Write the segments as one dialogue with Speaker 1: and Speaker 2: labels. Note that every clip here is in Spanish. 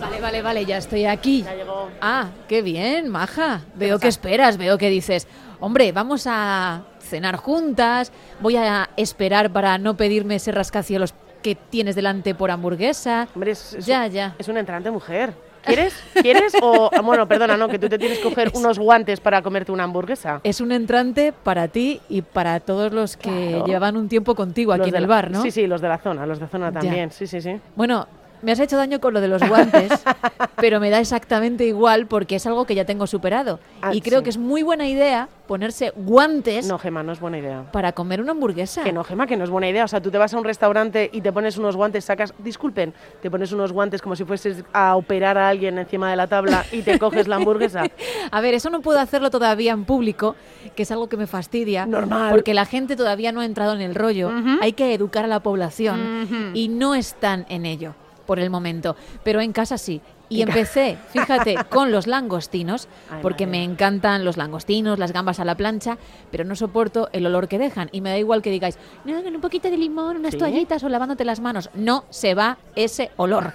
Speaker 1: Vale, vale, vale, ya estoy aquí.
Speaker 2: Ya llegó.
Speaker 1: Ah, qué bien, maja. Veo que esperas, veo que dices, hombre, vamos a cenar juntas, voy a esperar para no pedirme ese rascacielos que tienes delante por hamburguesa.
Speaker 2: Hombre, es, es
Speaker 1: Ya,
Speaker 2: un-
Speaker 1: ya.
Speaker 2: es una entrante mujer. ¿Quieres? ¿Quieres? O, bueno, perdona, no, que tú te tienes que coger unos guantes para comerte una hamburguesa.
Speaker 1: Es un entrante para ti y para todos los que
Speaker 2: Claro.
Speaker 1: llevaban un tiempo contigo aquí
Speaker 2: Los
Speaker 1: en
Speaker 2: de
Speaker 1: el
Speaker 2: la-
Speaker 1: bar, ¿no?
Speaker 2: Sí, sí, los de la zona, los de zona
Speaker 1: Ya.
Speaker 2: también, sí, sí, sí.
Speaker 1: Bueno, me has hecho daño con lo de los guantes, pero me da exactamente igual porque es algo que ya tengo superado.
Speaker 2: Ah,
Speaker 1: y creo
Speaker 2: sí.
Speaker 1: que es muy buena idea ponerse guantes
Speaker 2: No, Gema, no es buena idea.
Speaker 1: para comer una hamburguesa.
Speaker 2: Que no, Gema, que no es buena idea. O sea, tú te vas a un restaurante y te pones unos guantes, sacas, disculpen, te pones unos guantes como si fueses a operar a alguien encima de la tabla y te coges la hamburguesa.
Speaker 1: A ver, eso no puedo hacerlo todavía en público, que es algo que me fastidia.
Speaker 2: Normal.
Speaker 1: Porque la gente todavía no ha entrado en el rollo.
Speaker 2: Ujú.
Speaker 1: Hay que educar a la población
Speaker 2: Ujú.
Speaker 1: y no están en ello por el momento. Pero en casa sí. Y
Speaker 2: En ca-
Speaker 1: empecé, fíjate, con los langostinos,
Speaker 2: Ay,
Speaker 1: porque
Speaker 2: madre.
Speaker 1: me encantan los langostinos, las gambas a la plancha, pero no soporto el olor que dejan. Y me da igual que digáis, no, con un poquito de limón, unas
Speaker 2: Sí.
Speaker 1: toallitas o lavándote las manos. No se va ese olor.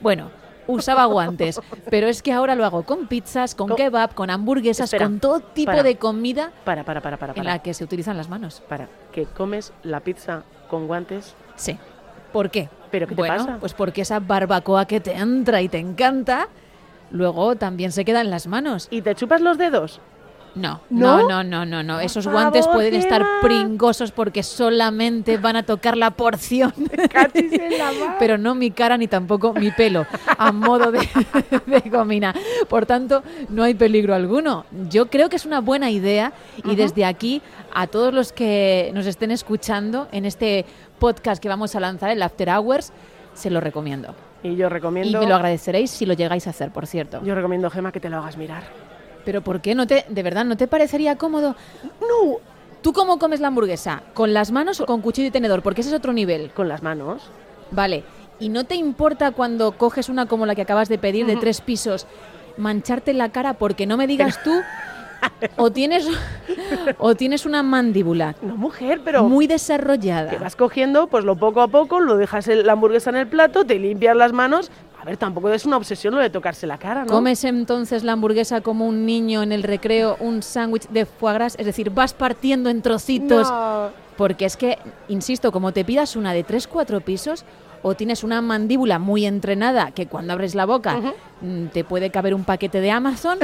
Speaker 1: Bueno, usaba guantes, pero es que ahora lo hago con pizzas, con
Speaker 2: Co-
Speaker 1: kebab, con hamburguesas,
Speaker 2: Espera,
Speaker 1: con todo tipo
Speaker 2: para.
Speaker 1: de comida
Speaker 2: Para, para, para, para,
Speaker 1: en
Speaker 2: para.
Speaker 1: la que se utilizan las manos.
Speaker 2: Para, que comes la pizza con guantes.
Speaker 1: Sí. ¿Por qué?
Speaker 2: ¿Pero qué te
Speaker 1: bueno,
Speaker 2: pasa?
Speaker 1: pues porque esa barbacoa que te entra y te encanta, luego también se queda en las manos.
Speaker 2: ¿Y te chupas los dedos?
Speaker 1: No, no,
Speaker 2: ¿No?
Speaker 1: no, no, no, no. Esos
Speaker 2: favor,
Speaker 1: guantes pueden estar
Speaker 2: Gemma.
Speaker 1: pringosos porque solamente van a tocar la porción.
Speaker 2: Cachis en la mar.
Speaker 1: pero no mi cara ni tampoco mi pelo, a modo de, de gomina. Por tanto, no hay peligro alguno. Yo creo que es una buena idea y desde aquí a todos los que nos estén escuchando en este podcast que vamos a lanzar, el After Hours, se lo recomiendo.
Speaker 2: Y yo recomiendo.
Speaker 1: Y me lo agradeceréis si lo llegáis a hacer, por cierto.
Speaker 2: Yo recomiendo, Gema, que te lo hagas mirar.
Speaker 1: Pero ¿por qué no te, de verdad, no te parecería cómodo?
Speaker 2: ¡No!
Speaker 1: ¿Tú cómo comes la hamburguesa? ¿Con las manos o con cuchillo y tenedor? Porque ese es otro nivel.
Speaker 2: Con las manos.
Speaker 1: Vale. ¿Y no te importa cuando coges una como la que acabas de pedir de tres pisos mancharte la cara porque no me digas tú o tienes o tienes una mandíbula
Speaker 2: No, mujer, pero.
Speaker 1: muy
Speaker 2: Que
Speaker 1: desarrollada?
Speaker 2: vas cogiendo, pues lo poco a poco, lo dejas el- la hamburguesa en el plato, te limpias las manos. A ver, tampoco es una obsesión lo de tocarse la cara, ¿no?
Speaker 1: ¿Comes entonces la hamburguesa como un niño en el recreo un sándwich de foie gras? Es decir, vas partiendo en trocitos.
Speaker 2: No.
Speaker 1: Porque es que, insisto, como te pidas una de tres, cuatro pisos, o tienes una mandíbula muy entrenada que cuando abres la boca
Speaker 2: Ujú.
Speaker 1: mm, te puede caber un paquete de Amazon,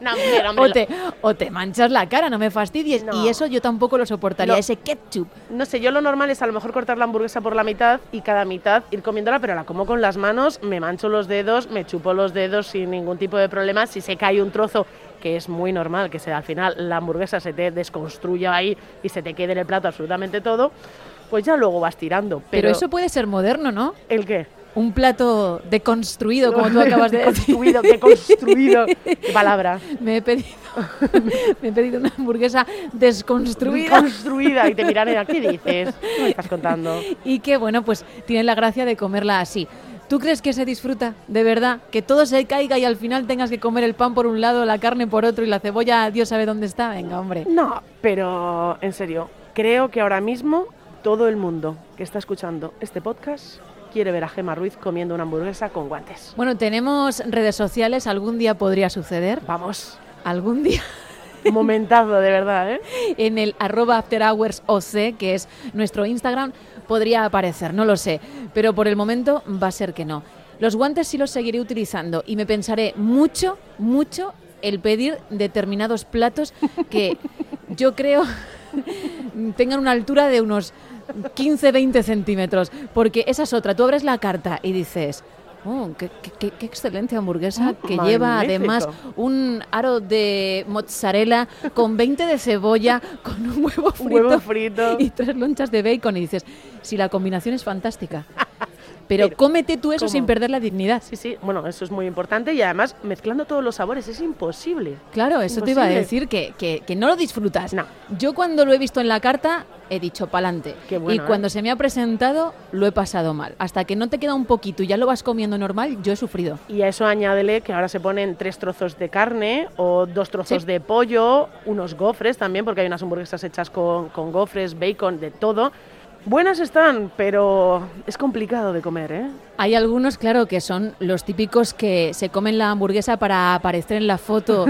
Speaker 2: No, hombre, hombre,
Speaker 1: o te, o te manchas la cara, no me fastidies.
Speaker 2: No.
Speaker 1: Y eso yo tampoco lo soportaría,
Speaker 2: No.
Speaker 1: ese ketchup.
Speaker 2: No sé, yo lo normal es a lo mejor cortar la hamburguesa por la mitad y cada mitad ir comiéndola, pero la como con las manos, me mancho los dedos, me chupo los dedos sin ningún tipo de problema. Si se cae un trozo, que es muy normal, que se, al final la hamburguesa se te desconstruya ahí y se te quede en el plato absolutamente todo, pues ya luego vas tirando.
Speaker 1: Pero,
Speaker 2: Pero,
Speaker 1: eso puede ser moderno, ¿no?
Speaker 2: ¿El qué?
Speaker 1: Un plato deconstruido, como tú acabas de decir.
Speaker 2: Construido, deconstruido. Qué palabra.
Speaker 1: Me he pedido, me he pedido una hamburguesa desconstruida.
Speaker 2: Construida. Y te miran y dirán, ¿qué dices? ¿Qué me estás contando?
Speaker 1: y que bueno, pues tiene la gracia de comerla así. ¿Tú crees que se disfruta de verdad? Que todo se caiga y al final tengas que comer el pan por un lado, la carne por otro y la cebolla, Dios sabe dónde está. Venga, hombre.
Speaker 2: No, pero en serio, creo que ahora mismo todo el mundo que está escuchando este podcast quiere ver a Gemma Ruiz comiendo una hamburguesa con guantes.
Speaker 1: Bueno, tenemos redes sociales, algún día podría suceder,
Speaker 2: Vamos,
Speaker 1: algún día
Speaker 2: momentazo de verdad, ¿eh?
Speaker 1: en el arroba after hours OC, que es nuestro Instagram, podría aparecer, no lo sé, pero por el momento va a ser que no. Los guantes sí los seguiré utilizando y me pensaré mucho, mucho el pedir determinados platos que yo creo tengan una altura de unos 15-20 centímetros, porque esa es otra, tú abres la carta y dices... Oh, qué, qué- qué- qué excelente hamburguesa que lleva además
Speaker 2: magnífico.
Speaker 1: un aro de mozzarella con 20 de cebolla, con un huevo
Speaker 2: Un
Speaker 1: frito,
Speaker 2: Huevo frito.
Speaker 1: y tres lonchas de bacon. Y dices, si la combinación es fantástica. Pero,
Speaker 2: Pero,
Speaker 1: cómete tú eso
Speaker 2: ¿cómo?
Speaker 1: sin perder la dignidad.
Speaker 2: Sí, sí, bueno, eso es muy importante y además mezclando todos los sabores es imposible.
Speaker 1: Claro, eso te iba a
Speaker 2: Imposible.
Speaker 1: decir, que, que- que no lo disfrutas.
Speaker 2: No.
Speaker 1: Yo cuando lo he visto en la carta he dicho pa'lante.
Speaker 2: Qué bueno,
Speaker 1: y
Speaker 2: ¿eh?
Speaker 1: cuando se me ha presentado lo he pasado mal. Hasta que no te queda un poquito y ya lo vas comiendo normal, yo he sufrido.
Speaker 2: Y a eso añádele que ahora se ponen tres trozos de carne o dos trozos
Speaker 1: Sí.
Speaker 2: de pollo, unos gofres también, porque hay unas hamburguesas hechas con, con gofres, bacon, de todo. Buenas están, pero es complicado de comer, ¿eh?
Speaker 1: Hay algunos, claro, que son los típicos que se comen la hamburguesa para aparecer en la foto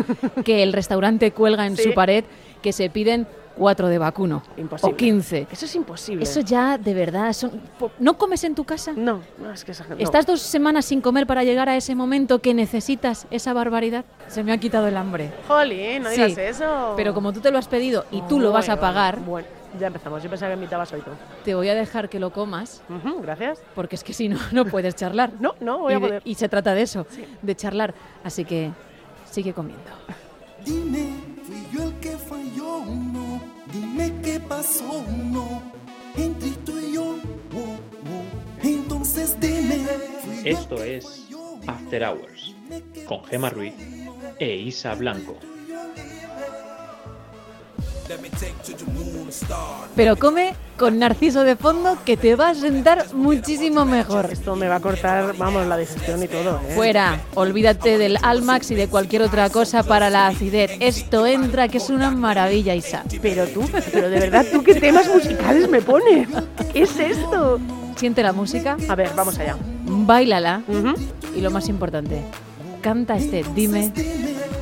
Speaker 1: que el restaurante cuelga en
Speaker 2: Sí.
Speaker 1: su pared, que se piden cuatro de vacuno
Speaker 2: Imposible.
Speaker 1: o 15.
Speaker 2: Eso es imposible.
Speaker 1: Eso ya, de verdad, son... ¿no comes en tu casa?
Speaker 2: No, no, es que esa gente... no.
Speaker 1: ¿Estás dos semanas sin comer para llegar a ese momento que necesitas esa barbaridad? Se me ha quitado el hambre.
Speaker 2: Jolín, ¿eh? no
Speaker 1: Sí,
Speaker 2: digas eso.
Speaker 1: Pero como tú te lo has pedido y tú lo vas a
Speaker 2: Bueno,
Speaker 1: pagar,
Speaker 2: Bueno, ya empezamos. Yo pensaba que invitabas hoy tú.
Speaker 1: te voy a dejar que lo comas,
Speaker 2: Ujú, gracias.
Speaker 1: porque es que si no, no puedes charlar.
Speaker 2: No, no, voy
Speaker 1: y,
Speaker 2: a
Speaker 1: de-
Speaker 2: poder.
Speaker 1: y se trata de eso, de charlar. Así que sigue comiendo.
Speaker 3: Dime, fui yo el que falló, no. Dime qué pasó, no. Entre tú y yo, oh, oh. Entonces dime. fui yo el
Speaker 4: Esto
Speaker 3: que
Speaker 4: es
Speaker 3: falló, no.
Speaker 4: After Hours con Gema Ruiz e Isa Blanco.
Speaker 1: Pero come con Narciso de fondo que te va a sentar muchísimo mejor.
Speaker 2: Esto me va a cortar, vamos, la digestión y todo, ¿eh?
Speaker 1: Fuera, olvídate del Almax y de cualquier otra cosa para la acidez. Esto entra, que es una maravilla, Isa.
Speaker 2: Pero tú, pero de verdad, ¿tú qué temas musicales me pones? ¿Qué es esto?
Speaker 1: Siente la música,
Speaker 2: A ver, vamos allá.
Speaker 1: bailala
Speaker 2: Ujú.
Speaker 1: y lo más importante, canta este Dime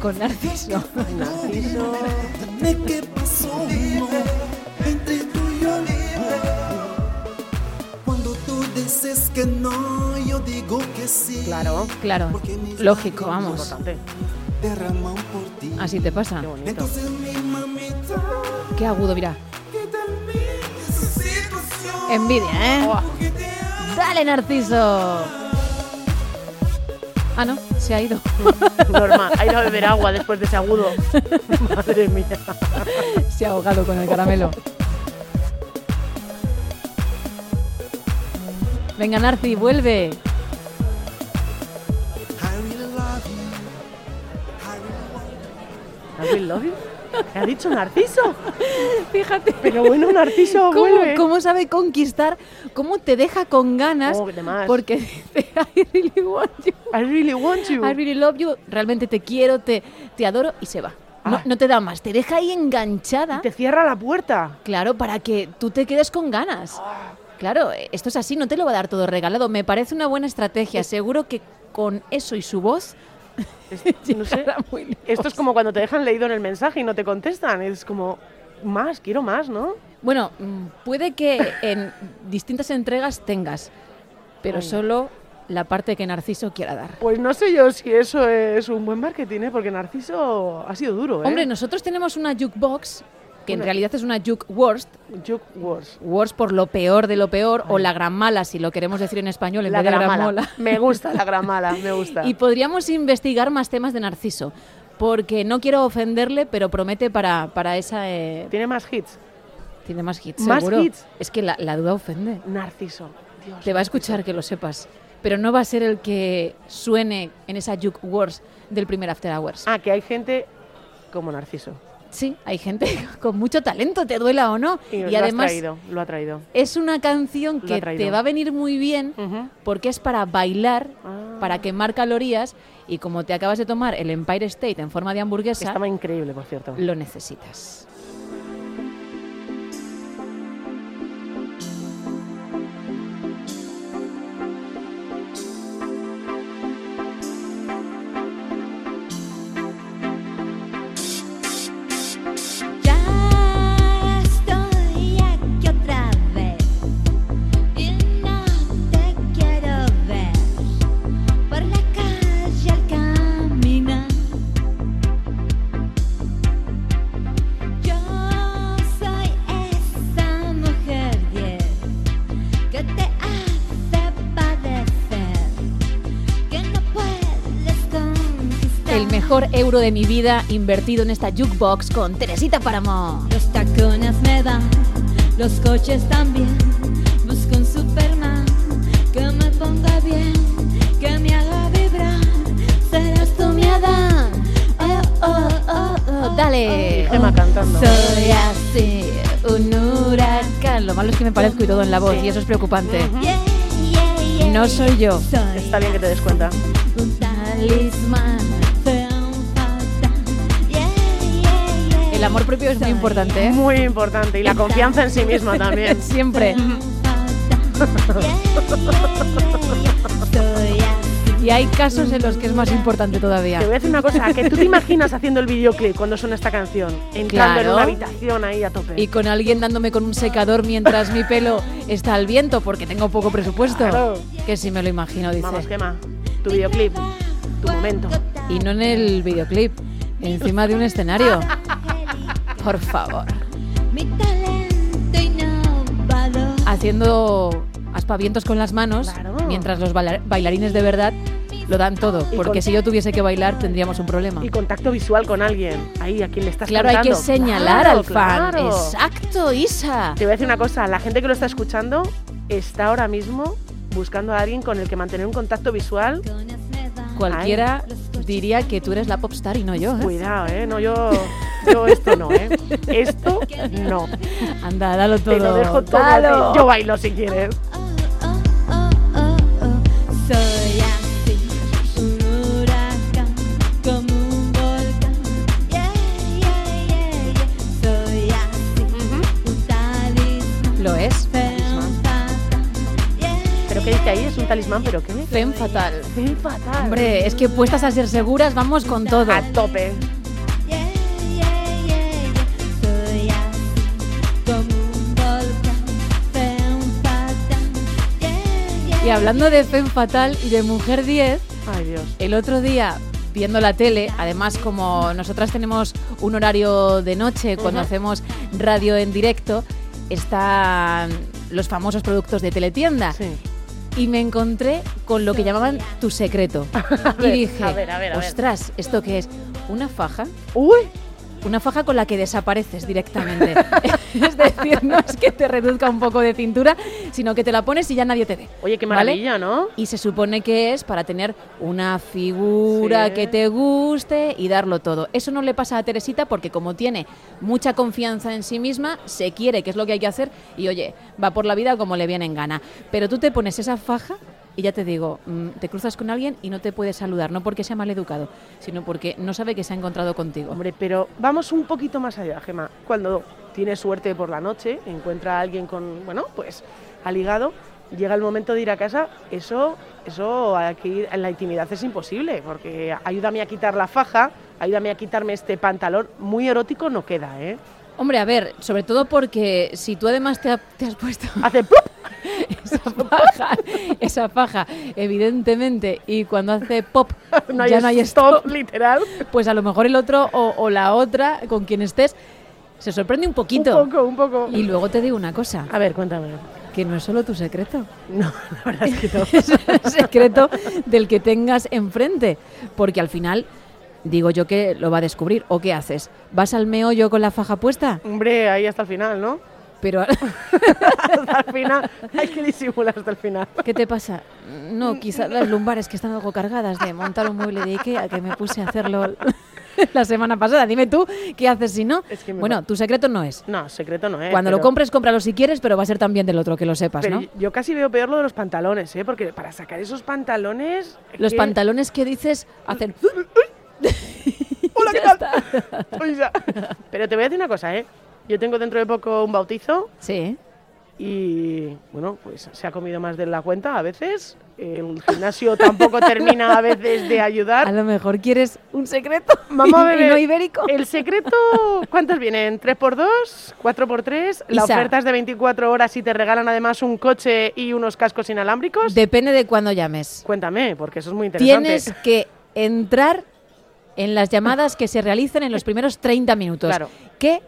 Speaker 1: con Narciso.
Speaker 2: Narciso.
Speaker 3: oh, Dime qué pasó, no. Entre tú y yo, oh, oh. Cuando tú dices que no, yo digo que sí.
Speaker 2: Claro,
Speaker 1: Claro, lógico, vamos. Ah.
Speaker 2: importante.
Speaker 3: Derramado por ti.
Speaker 1: Así te pasa.
Speaker 2: Qué bonito.
Speaker 3: Entonces mi mamita,
Speaker 1: Qué agudo, mira.
Speaker 3: ¿qué tal mi situación?
Speaker 1: Envidia, ¿eh?
Speaker 2: Buah.
Speaker 1: Dale, Narciso. Ah, no, se ha ido.
Speaker 2: Normal, ha ido a beber agua después de ese agudo. Madre mía.
Speaker 1: Se ha ahogado con el caramelo. Venga, Narci, vuelve.
Speaker 3: I
Speaker 2: I
Speaker 3: really love you.
Speaker 2: will love you. ¿Qué ha dicho Narciso?
Speaker 1: Fíjate.
Speaker 2: Pero bueno, Narciso
Speaker 1: ¿Cómo,
Speaker 2: vuelve.
Speaker 1: cómo sabe conquistar? ¿Cómo te deja con ganas?
Speaker 2: Oh, de más.
Speaker 1: porque dice, I really want you,
Speaker 2: I really want you.
Speaker 1: I really love you, realmente te quiero, te, te adoro y se va. No,
Speaker 2: Ah.
Speaker 1: no te da más, te deja ahí enganchada.
Speaker 2: Te cierra la puerta.
Speaker 1: Claro, para que tú te quedes con ganas. Claro, eh, esto es así, no te lo va a dar todo regalado. Me parece una buena estrategia. Seguro que con eso y su voz
Speaker 2: Es- no sé.
Speaker 1: llegará muy lejos.
Speaker 2: Esto es como cuando te dejan leído en el mensaje y no te contestan. Es como, más, quiero más, ¿no?
Speaker 1: Bueno, mm, puede que en distintas entregas tengas, pero
Speaker 2: Ay.
Speaker 1: solo la parte que Narciso quiera dar.
Speaker 2: Pues no sé yo si eso es un buen marketing, ¿eh? porque Narciso ha sido duro. ¿eh?
Speaker 1: Hombre, nosotros tenemos una jukebox, que en
Speaker 2: Una-
Speaker 1: realidad es una juke worst,
Speaker 2: Juke Wars.
Speaker 1: worst por lo peor de lo peor, o la gran mala, si lo queremos decir en español, en
Speaker 2: La
Speaker 1: vez de gran
Speaker 2: gramala.
Speaker 1: mola.
Speaker 2: Me gusta la gramala, me gusta.
Speaker 1: Y podríamos investigar más temas de Narciso, porque no quiero ofenderle, pero promete para, para esa... eh,
Speaker 2: Tiene más hits.
Speaker 1: tiene más hits,
Speaker 2: ¿Más
Speaker 1: seguro.
Speaker 2: hits?
Speaker 1: Es que la, la duda ofende.
Speaker 2: Narciso. Dios.
Speaker 1: Te va a escuchar, que lo sepas. Pero no va a ser el que suene en esa Juke Wars del primer After Hours.
Speaker 2: Ah, que hay gente como Narciso.
Speaker 1: Sí, hay gente con mucho talento, te duela o no.
Speaker 2: Y,
Speaker 1: Y,
Speaker 2: lo ha
Speaker 1: además
Speaker 2: traído, lo ha traído.
Speaker 1: es una canción
Speaker 2: Lo ha
Speaker 1: que
Speaker 2: traído.
Speaker 1: te va a venir muy bien
Speaker 2: Ujú.
Speaker 1: porque es para bailar,
Speaker 2: Ah.
Speaker 1: para quemar calorías y como te acabas de tomar el Empire State en forma de hamburguesa,
Speaker 2: Estaba increíble, por cierto.
Speaker 1: lo necesitas.
Speaker 5: Ya estoy aquí otra vez y no te quiero ver por la calle al caminar. Yo soy esa mujer diez que te hace padecer, que no puedes conquistar.
Speaker 1: El mejor euro de mi vida invertido en esta jukebox con Teresita Páramo.
Speaker 5: Los tacones me dan, los coches también. Busco un Superman que me ponga bien, que me haga vibrar. Serás tú mi Adán. Oh, oh, oh, oh,
Speaker 1: Dale.
Speaker 5: oh, oh.
Speaker 2: Gema cantando.
Speaker 5: Soy
Speaker 1: así, un huracán. Lo malo es que me parezco y todo en la voz y eso es preocupante.
Speaker 5: Oh, Yeah, yeah, yeah.
Speaker 1: No soy yo.
Speaker 5: Soy
Speaker 2: Está bien que te des cuenta.
Speaker 5: un talismán. Soy un patán. Yeah, yeah, yeah.
Speaker 1: El El amor propio es muy importante, ¿eh?
Speaker 2: Muy importante. Y la confianza en sí misma también.
Speaker 1: Siempre. Y hay casos en los que es más importante todavía.
Speaker 2: Te voy a decir una cosa, que tú te imaginas haciendo el videoclip cuando suena esta canción, entrando en
Speaker 1: Claro.
Speaker 2: una habitación ahí a tope.
Speaker 1: Y con alguien dándome con un secador mientras mi pelo está al viento porque tengo poco presupuesto.
Speaker 2: Claro.
Speaker 1: Que si me lo imagino, dice.
Speaker 2: Vamos, Gema, tu videoclip, tu momento.
Speaker 1: Y no en el videoclip, encima de un escenario. Por favor.
Speaker 5: Mi talento innovador.
Speaker 1: Haciendo aspavientos con las manos
Speaker 2: Claro.
Speaker 1: mientras los baila- bailarines de verdad lo dan todo.
Speaker 2: Y
Speaker 1: Porque
Speaker 2: con-
Speaker 1: si yo tuviese que bailar tendríamos un problema.
Speaker 2: Y contacto visual con alguien, ahí, a quien le estás
Speaker 1: Claro, hay
Speaker 2: cantando.
Speaker 1: que señalar
Speaker 2: Claro,
Speaker 1: al fan.
Speaker 2: claro.
Speaker 1: Exacto, Isa.
Speaker 2: Te voy a decir una cosa, la gente que lo está escuchando está ahora mismo buscando a alguien con el que mantener un contacto visual.
Speaker 1: Cualquiera diría que tú eres la popstar y no yo. ¿eh?
Speaker 2: Cuidado, ¿eh? No, yo, yo esto no, ¿eh? Esto no.
Speaker 1: Anda, dalo todo.
Speaker 2: Te lo dejo todo. a ti.
Speaker 1: Dalo.
Speaker 2: Yo bailo si quieres.
Speaker 5: Oh, oh, oh, oh. Soy así, un huracán, como un volcán. Yeah, yeah, yeah, yeah. Soy así, un talismán,
Speaker 1: Lo es.
Speaker 5: pero un patán. Yeah,
Speaker 2: Pero qué dice ahí, es un talismán, pero qué.
Speaker 1: Fen fatal.
Speaker 2: Qué fatal.
Speaker 1: Hombre, es que puestas a ser seguras, vamos con todo.
Speaker 2: A tope.
Speaker 5: yeah, yeah, yeah, yeah. Soy así, como un volcán, pero un patán. Yeah,
Speaker 1: Y
Speaker 5: yeah,
Speaker 1: hablando de Fen fatal y de Mujer 10,
Speaker 2: Ay, Dios.
Speaker 1: el otro día viendo la tele, además como nosotras tenemos un horario de noche cuando hacemos radio en directo, están los famosos productos de teletienda.
Speaker 2: Sí.
Speaker 1: y me encontré con lo que llamaban tu secreto.
Speaker 2: ver,
Speaker 1: y dije,
Speaker 2: a ver, a ver, a ver.
Speaker 1: ostras, ¿esto qué es? Una faja,
Speaker 2: Uy,
Speaker 1: una faja con la que desapareces directamente. es decir, no es que te reduzca un poco de cintura, sino que te la pones y ya nadie te ve.
Speaker 2: oye, qué
Speaker 1: ¿vale?
Speaker 2: maravilla, ¿no?
Speaker 1: Y se supone que es para tener una figura
Speaker 2: Sí.
Speaker 1: que te guste y darlo todo. Eso no le pasa a Teresita porque como tiene mucha confianza en sí misma, se quiere, que es lo que hay que hacer, y oye, va por la vida como le viene en gana. Pero tú te pones esa faja y ya te digo, mm, te cruzas con alguien y no te puedes saludar, no porque sea mal educado, sino porque no sabe que se ha encontrado contigo.
Speaker 2: Hombre, pero vamos un poquito más allá, Gema. Cuando tienes suerte por la noche, encuentra a alguien con, bueno, pues al hígado, llega el momento de ir a casa, eso, eso aquí en la intimidad es imposible, porque ayúdame a quitar la faja, ayúdame a quitarme este pantalón, muy erótico no queda, ¿eh?
Speaker 1: Hombre, a ver, sobre todo porque si tú además te, ha- te has puesto
Speaker 2: Hace ¡plup!
Speaker 1: esa paja, esa paja, evidentemente, y cuando hace pop
Speaker 2: no hay,
Speaker 1: ya no hay
Speaker 2: stop,
Speaker 1: stop,
Speaker 2: literal.
Speaker 1: pues a lo mejor el otro o, o la otra con quien estés se sorprende un poquito.
Speaker 2: Un poco, un poco.
Speaker 1: Y luego te digo una cosa,
Speaker 2: A ver, cuéntame.
Speaker 1: que no es solo tu secreto,
Speaker 2: No, la verdad es que no.
Speaker 1: es el secreto del que tengas enfrente, porque al final digo yo que lo va a descubrir, o qué haces, vas al meollo con la faja puesta,
Speaker 2: Hombre, ahí hasta el final, ¿no?
Speaker 1: pero
Speaker 2: hasta el final, hay que disimular hasta el final.
Speaker 1: ¿Qué te pasa? No, quizás las lumbares que están algo cargadas de montar un mueble de Ikea que me puse a hacerlo la semana pasada. Dime tú, ¿qué haces si no?
Speaker 2: Es que me
Speaker 1: bueno,
Speaker 2: va-
Speaker 1: tu secreto no es.
Speaker 2: No, secreto no es.
Speaker 1: Cuando lo
Speaker 2: pero-
Speaker 1: compres, cómpralo si quieres, pero va a ser también del otro, que lo sepas,
Speaker 2: Pero
Speaker 1: ¿no?
Speaker 2: yo- yo casi veo peor lo de los pantalones, ¿eh? Porque para sacar esos pantalones... eh,
Speaker 1: Los
Speaker 2: ¿qué?
Speaker 1: pantalones que dices hacen...
Speaker 2: ¡Hola,
Speaker 1: Ya
Speaker 2: qué tal!
Speaker 1: está.
Speaker 2: Uy, ya. Pero te voy a decir una cosa, ¿eh? Yo tengo dentro de poco un bautizo
Speaker 1: Sí, ¿eh?
Speaker 2: y, bueno, pues se ha comido más de la cuenta a veces. El gimnasio tampoco termina a veces de
Speaker 1: a
Speaker 2: ayudar.
Speaker 1: lo mejor quieres un secreto
Speaker 2: Vamos
Speaker 1: y
Speaker 2: a
Speaker 1: no
Speaker 2: beber.
Speaker 1: ibérico.
Speaker 2: El secreto, ¿cuántos vienen? ¿3x2? ¿4x3? La
Speaker 1: Isa.
Speaker 2: oferta es de 24 horas y te regalan además un coche y unos cascos inalámbricos.
Speaker 1: Depende de cuándo llames.
Speaker 2: Cuéntame, porque eso es muy interesante.
Speaker 1: Tienes que entrar en las llamadas que se realicen en los primeros 30 minutos.
Speaker 2: Claro.
Speaker 1: Que,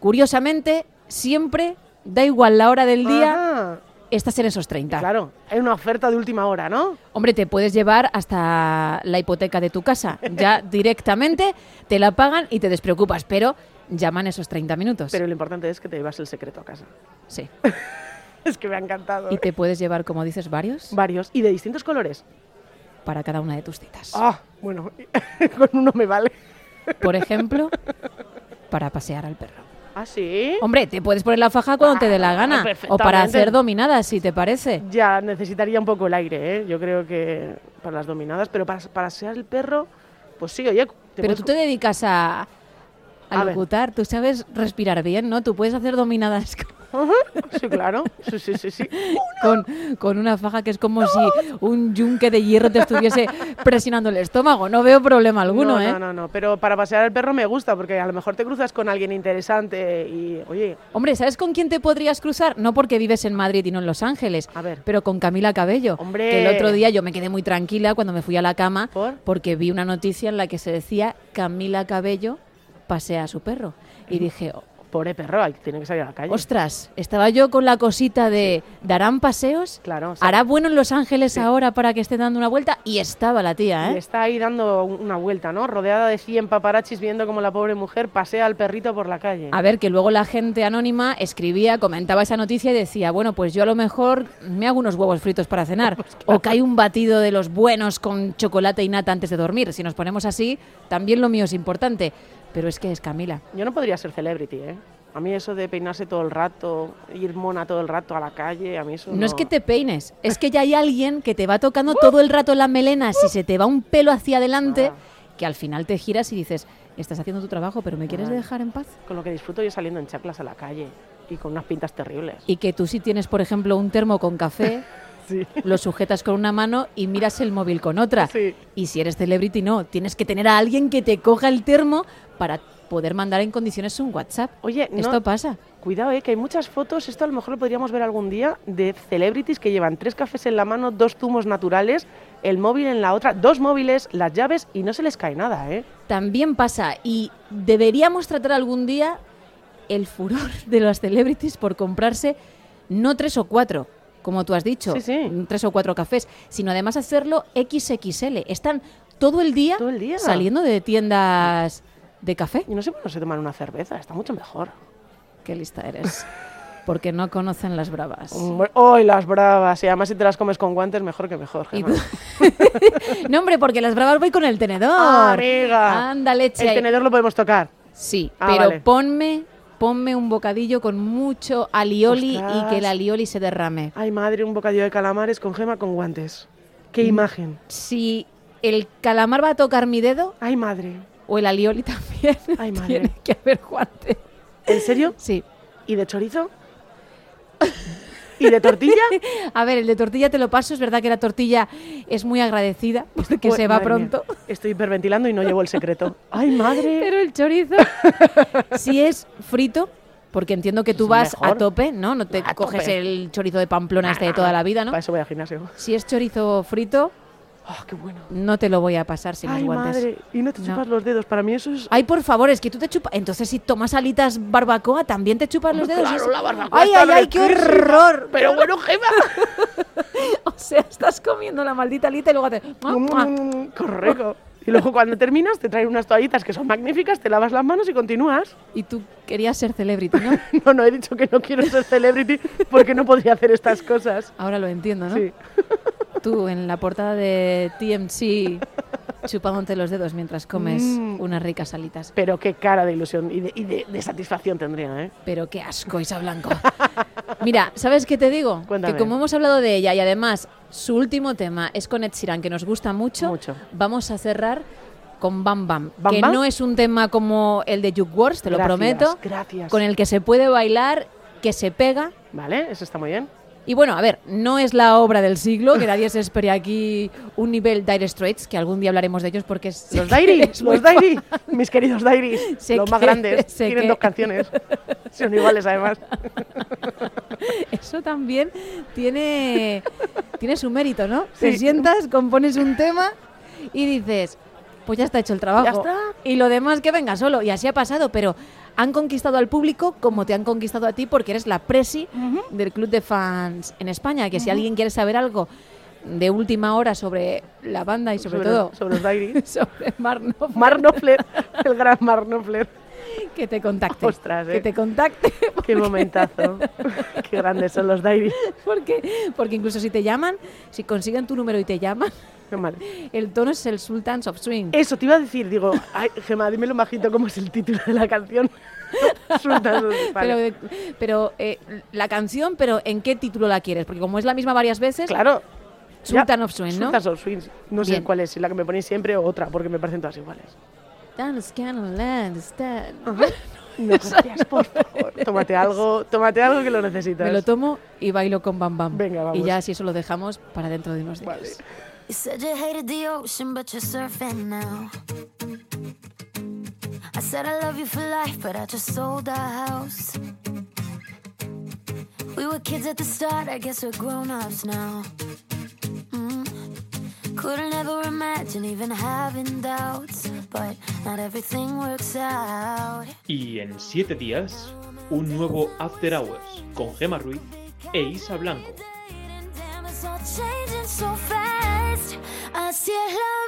Speaker 1: curiosamente, siempre, da igual la hora del día,
Speaker 2: Ajá.
Speaker 1: estás en esos 30.
Speaker 2: Claro, es una oferta de última hora, ¿no?
Speaker 1: Hombre, te puedes llevar hasta la hipoteca de tu casa. Ya directamente te la pagan y te despreocupas, pero llaman esos 30 minutos.
Speaker 2: Pero lo importante es que te llevas el secreto a casa.
Speaker 1: Sí.
Speaker 2: Es que me ha encantado. ¿eh?
Speaker 1: Y te puedes llevar, como dices, varios
Speaker 2: Varios. Y de distintos colores.
Speaker 1: para cada una de tus citas.
Speaker 2: Ah, bueno, con uno me vale.
Speaker 1: Por ejemplo, para pasear al perro.
Speaker 2: ¿Ah, sí?
Speaker 1: Hombre, te puedes poner la faja cuando te dé la
Speaker 2: Ah,
Speaker 1: gana. O
Speaker 2: perfectamente.
Speaker 1: para hacer dominadas, si te parece.
Speaker 2: Ya, necesitaría un poco el aire, ¿eh? Yo creo que para las dominadas, pero para, para ser el perro, pues sí, oye.
Speaker 1: Pero tú te dedicas a, a
Speaker 2: A ver.
Speaker 1: locutar. Tú sabes respirar bien, ¿no? Tú puedes hacer dominadas con-
Speaker 2: Ujú, Sí, claro. Sí, sí, sí, sí.
Speaker 1: con, con una faja que es como si un yunque de hierro te estuviese presionando el estómago. No veo problema alguno,
Speaker 2: no,
Speaker 1: ¿eh?
Speaker 2: No, no, no. Pero para pasear al perro me gusta porque a lo mejor te cruzas con alguien interesante y, oye,
Speaker 1: Hombre, ¿sabes con quién te podrías cruzar? No porque vives en Madrid y no en Los Ángeles,
Speaker 2: A ver.
Speaker 1: pero con Camila Cabello.
Speaker 2: Hombre.
Speaker 1: Que el otro día yo me quedé muy tranquila cuando me fui a la cama
Speaker 2: ¿Por?
Speaker 1: porque vi una noticia en la que se decía Camila Cabello pasea a su perro. Y dije, "Oh,
Speaker 2: pobre perro, hay- tiene que salir a la calle.
Speaker 1: ostras, estaba yo con la cosita de ¿darán paseos?
Speaker 2: Claro, o sea,
Speaker 1: ¿Hará bueno en Los Ángeles ahora para que esté dando una vuelta? Y estaba la tía,
Speaker 2: Y
Speaker 1: ¿eh?
Speaker 2: está ahí dando un- una vuelta, ¿no? Rodeada de 100 paparachis viendo como la pobre mujer pasea al perrito por la calle.
Speaker 1: A ver, que luego la gente anónima escribía, comentaba esa noticia y decía, bueno, pues yo a lo mejor me hago unos huevos fritos para cenar.
Speaker 2: Pues
Speaker 1: O que hay un batido de los buenos con chocolate y nata antes de dormir. Si nos ponemos así, también lo mío es importante. Pero es que es Camila.
Speaker 2: Yo no podría ser celebrity, ¿eh? A mí eso de peinarse todo el rato, ir mona todo el rato a la calle, a mí eso
Speaker 1: No es que te peines, es que ya hay alguien que te va tocando
Speaker 2: ¡Uh!
Speaker 1: todo el rato la melena. Si se te va un pelo hacia adelante,
Speaker 2: Ah.
Speaker 1: que al final te giras y dices, estás haciendo tu trabajo, pero ¿me quieres
Speaker 2: Vale.
Speaker 1: dejar en paz?
Speaker 2: Con lo que disfruto yo saliendo en chaclas a la calle y con unas pintas terribles.
Speaker 1: Y que tú si tienes, por ejemplo, un termo con café,
Speaker 2: Sí.
Speaker 1: lo sujetas con una mano y miras el móvil con otra.
Speaker 2: Sí.
Speaker 1: Y si eres celebrity, no. Tienes que tener a alguien que te coja el termo para poder mandar en condiciones un WhatsApp.
Speaker 2: Oye, no-
Speaker 1: Esto pasa.
Speaker 2: Cuidado, eh, que hay muchas fotos, esto a lo mejor lo podríamos ver algún día, de celebrities que llevan tres cafés en la mano, dos zumos naturales, el móvil en la otra, dos móviles, las llaves y no se les cae nada, ¿eh?
Speaker 1: También pasa. Y deberíamos tratar algún día el furor de las celebrities por comprarse no tres o cuatro, como tú has dicho,
Speaker 2: Sí, sí.
Speaker 1: tres o cuatro cafés, sino además hacerlo XXL. Están todo el día,
Speaker 2: Todo el día.
Speaker 1: saliendo de tiendas de café.
Speaker 2: Y no sé por qué no se toman una cerveza, está mucho mejor.
Speaker 1: Qué lista eres. Porque no conocen las bravas.
Speaker 2: Hombre, ¡Ay, las bravas! Y además si te las comes con guantes, mejor que mejor,
Speaker 1: Y
Speaker 2: Gemma.
Speaker 1: tú- no, hombre, porque las bravas voy con el tenedor.
Speaker 2: Ah, ¡Amiga!
Speaker 1: Anda, leche.
Speaker 2: El tenedor lo podemos tocar.
Speaker 1: Sí,
Speaker 2: Ah,
Speaker 1: pero
Speaker 2: vale.
Speaker 1: ponme, ponme un bocadillo con mucho alioli y
Speaker 2: Ostras.
Speaker 1: que el alioli se derrame.
Speaker 2: Ay, madre, un bocadillo de calamares con gema con guantes. ¡Qué
Speaker 1: Mm.
Speaker 2: imagen!
Speaker 1: Si el calamar va a tocar mi dedo
Speaker 2: ¡Ay, madre!
Speaker 1: o el alioli también,
Speaker 2: Ay, madre.
Speaker 1: tiene que haber guante.
Speaker 2: ¿En serio?
Speaker 1: Sí.
Speaker 2: ¿Y de chorizo? ¿Y de tortilla?
Speaker 1: A ver, el de tortilla te lo paso. Es verdad que la tortilla es muy agradecida porque
Speaker 2: Pues,
Speaker 1: se va
Speaker 2: madre mía,
Speaker 1: pronto.
Speaker 2: Estoy hiperventilando y no llevo el secreto. ¡Ay, madre!
Speaker 1: Pero el chorizo, si es frito, porque entiendo que tú
Speaker 2: Es
Speaker 1: vas a
Speaker 2: mejor.
Speaker 1: tope, ¿no? No te
Speaker 2: A
Speaker 1: coges
Speaker 2: tope. Pues
Speaker 1: el chorizo de Pamplona este de toda la vida, ¿no?
Speaker 2: Para eso voy al gimnasio.
Speaker 1: Si es chorizo frito,
Speaker 2: ¡Ah, qué bueno!
Speaker 1: no te lo voy a pasar sin
Speaker 2: ¡Ay,
Speaker 1: los guantes.
Speaker 2: madre! Y no te
Speaker 1: No.
Speaker 2: chupas los dedos. Para mí eso es...
Speaker 1: Ay, por favor, es que tú te chupas. Entonces, si tomas alitas barbacoa, también te chupas los dedos.
Speaker 2: Claro,
Speaker 1: Es-
Speaker 2: la barbacoa
Speaker 1: ay,
Speaker 2: está
Speaker 1: ay, ay, qué
Speaker 2: riquísima.
Speaker 1: horror.
Speaker 2: Pero bueno, Gema.
Speaker 1: O sea, estás comiendo la maldita alita y luego te.
Speaker 2: Mm, Correcto. Y luego cuando terminas te traen unas toallitas que son magníficas, te lavas las manos y continúas.
Speaker 1: Y tú querías ser celebrity, ¿no?
Speaker 2: No, no he dicho que no quiero ser celebrity porque no podría hacer estas cosas.
Speaker 1: Ahora lo entiendo, ¿no?
Speaker 2: Sí.
Speaker 1: Tú en la portada de TMC chupándote los dedos mientras comes
Speaker 2: Mm.
Speaker 1: unas ricas alitas.
Speaker 2: Pero qué cara de ilusión y de, y de- de satisfacción tendría, ¿eh?
Speaker 1: Pero qué asco, Isa Blanco. Mira, ¿sabes qué te digo?
Speaker 2: Cuéntame.
Speaker 1: Que como hemos hablado de ella y además su último tema es con Ed Sheeran, que nos gusta mucho,
Speaker 2: Mucho.
Speaker 1: vamos a cerrar con Bam Bam,
Speaker 2: ¿Bam
Speaker 1: que
Speaker 2: Bam?
Speaker 1: no es un tema como el de Juke Wars, te lo
Speaker 2: Gracias,
Speaker 1: prometo,
Speaker 2: Gracias.
Speaker 1: con el que se puede bailar, que se pega.
Speaker 2: Vale, eso está muy bien.
Speaker 1: Y bueno, a ver, no es la obra del siglo, que nadie se espere aquí un nivel Dire Straits, que algún día hablaremos de ellos porque es...
Speaker 2: Los
Speaker 1: Dire
Speaker 2: Dairies, los Dairies, mis queridos Dairies,
Speaker 1: Sé
Speaker 2: los más
Speaker 1: que-
Speaker 2: grandes,
Speaker 1: sé
Speaker 2: tienen
Speaker 1: que-
Speaker 2: dos canciones, son iguales además.
Speaker 1: Eso también tiene, tiene su mérito, ¿no? Te
Speaker 2: Sí.
Speaker 1: sientas, compones un tema y dices, pues ya está hecho el trabajo.
Speaker 2: Ya está.
Speaker 1: Y lo demás que venga solo. Y así ha pasado, pero han conquistado al público como te han conquistado a ti porque eres la presi del club de fans en España. Que si alguien quiere saber algo de última hora sobre la banda y sobre, todo
Speaker 2: sobre los Dairies.
Speaker 1: sobre Marno,
Speaker 2: Mark Knopfler, el gran Mark Knopfler.
Speaker 1: que te contacte.
Speaker 2: Ostras,
Speaker 1: Que
Speaker 2: eh.
Speaker 1: te contacte.
Speaker 2: Qué momentazo. Qué grandes son los Dairies.
Speaker 1: Porque, porque incluso si te llaman, si consiguen tu número y te llaman,
Speaker 2: Qué mal.
Speaker 1: El tono es el Sultans of Swing.
Speaker 2: Eso te iba a decir, digo, ay, Gemma, dímelo bajito cómo es el título de la canción. Resulta sus-
Speaker 1: Pero,
Speaker 2: vale.
Speaker 1: de- pero eh, la canción, pero ¿en qué título la quieres? Porque como es la misma varias veces,
Speaker 2: claro.
Speaker 1: Sultan
Speaker 2: ya.
Speaker 1: of Swing, ¿no?
Speaker 2: Sultans of Swing. No sé
Speaker 1: Bien.
Speaker 2: cuál es, si la que me ponéis siempre o otra, porque me parecen todas iguales.
Speaker 1: Dance can understand.
Speaker 2: No, hostias, por favor. Tómate algo, tómate algo que lo necesitas.
Speaker 1: Me lo tomo y bailo con Bam Bam.
Speaker 2: Venga, vamos.
Speaker 1: Y ya si eso lo dejamos para dentro de unos días.
Speaker 2: Vale.
Speaker 5: You said you hated the ocean, but you're surfing now. I said I love you for life, but I just sold our house. We were kids at the start, I guess we're grown ups now. Mm. Couldn't ever imagine even having doubts, but not everything works out.
Speaker 4: Y en 7 días, un nuevo After Hours con Gema Ruiz e Isa Blanco.
Speaker 5: Damn, it's all changing so fast. I see it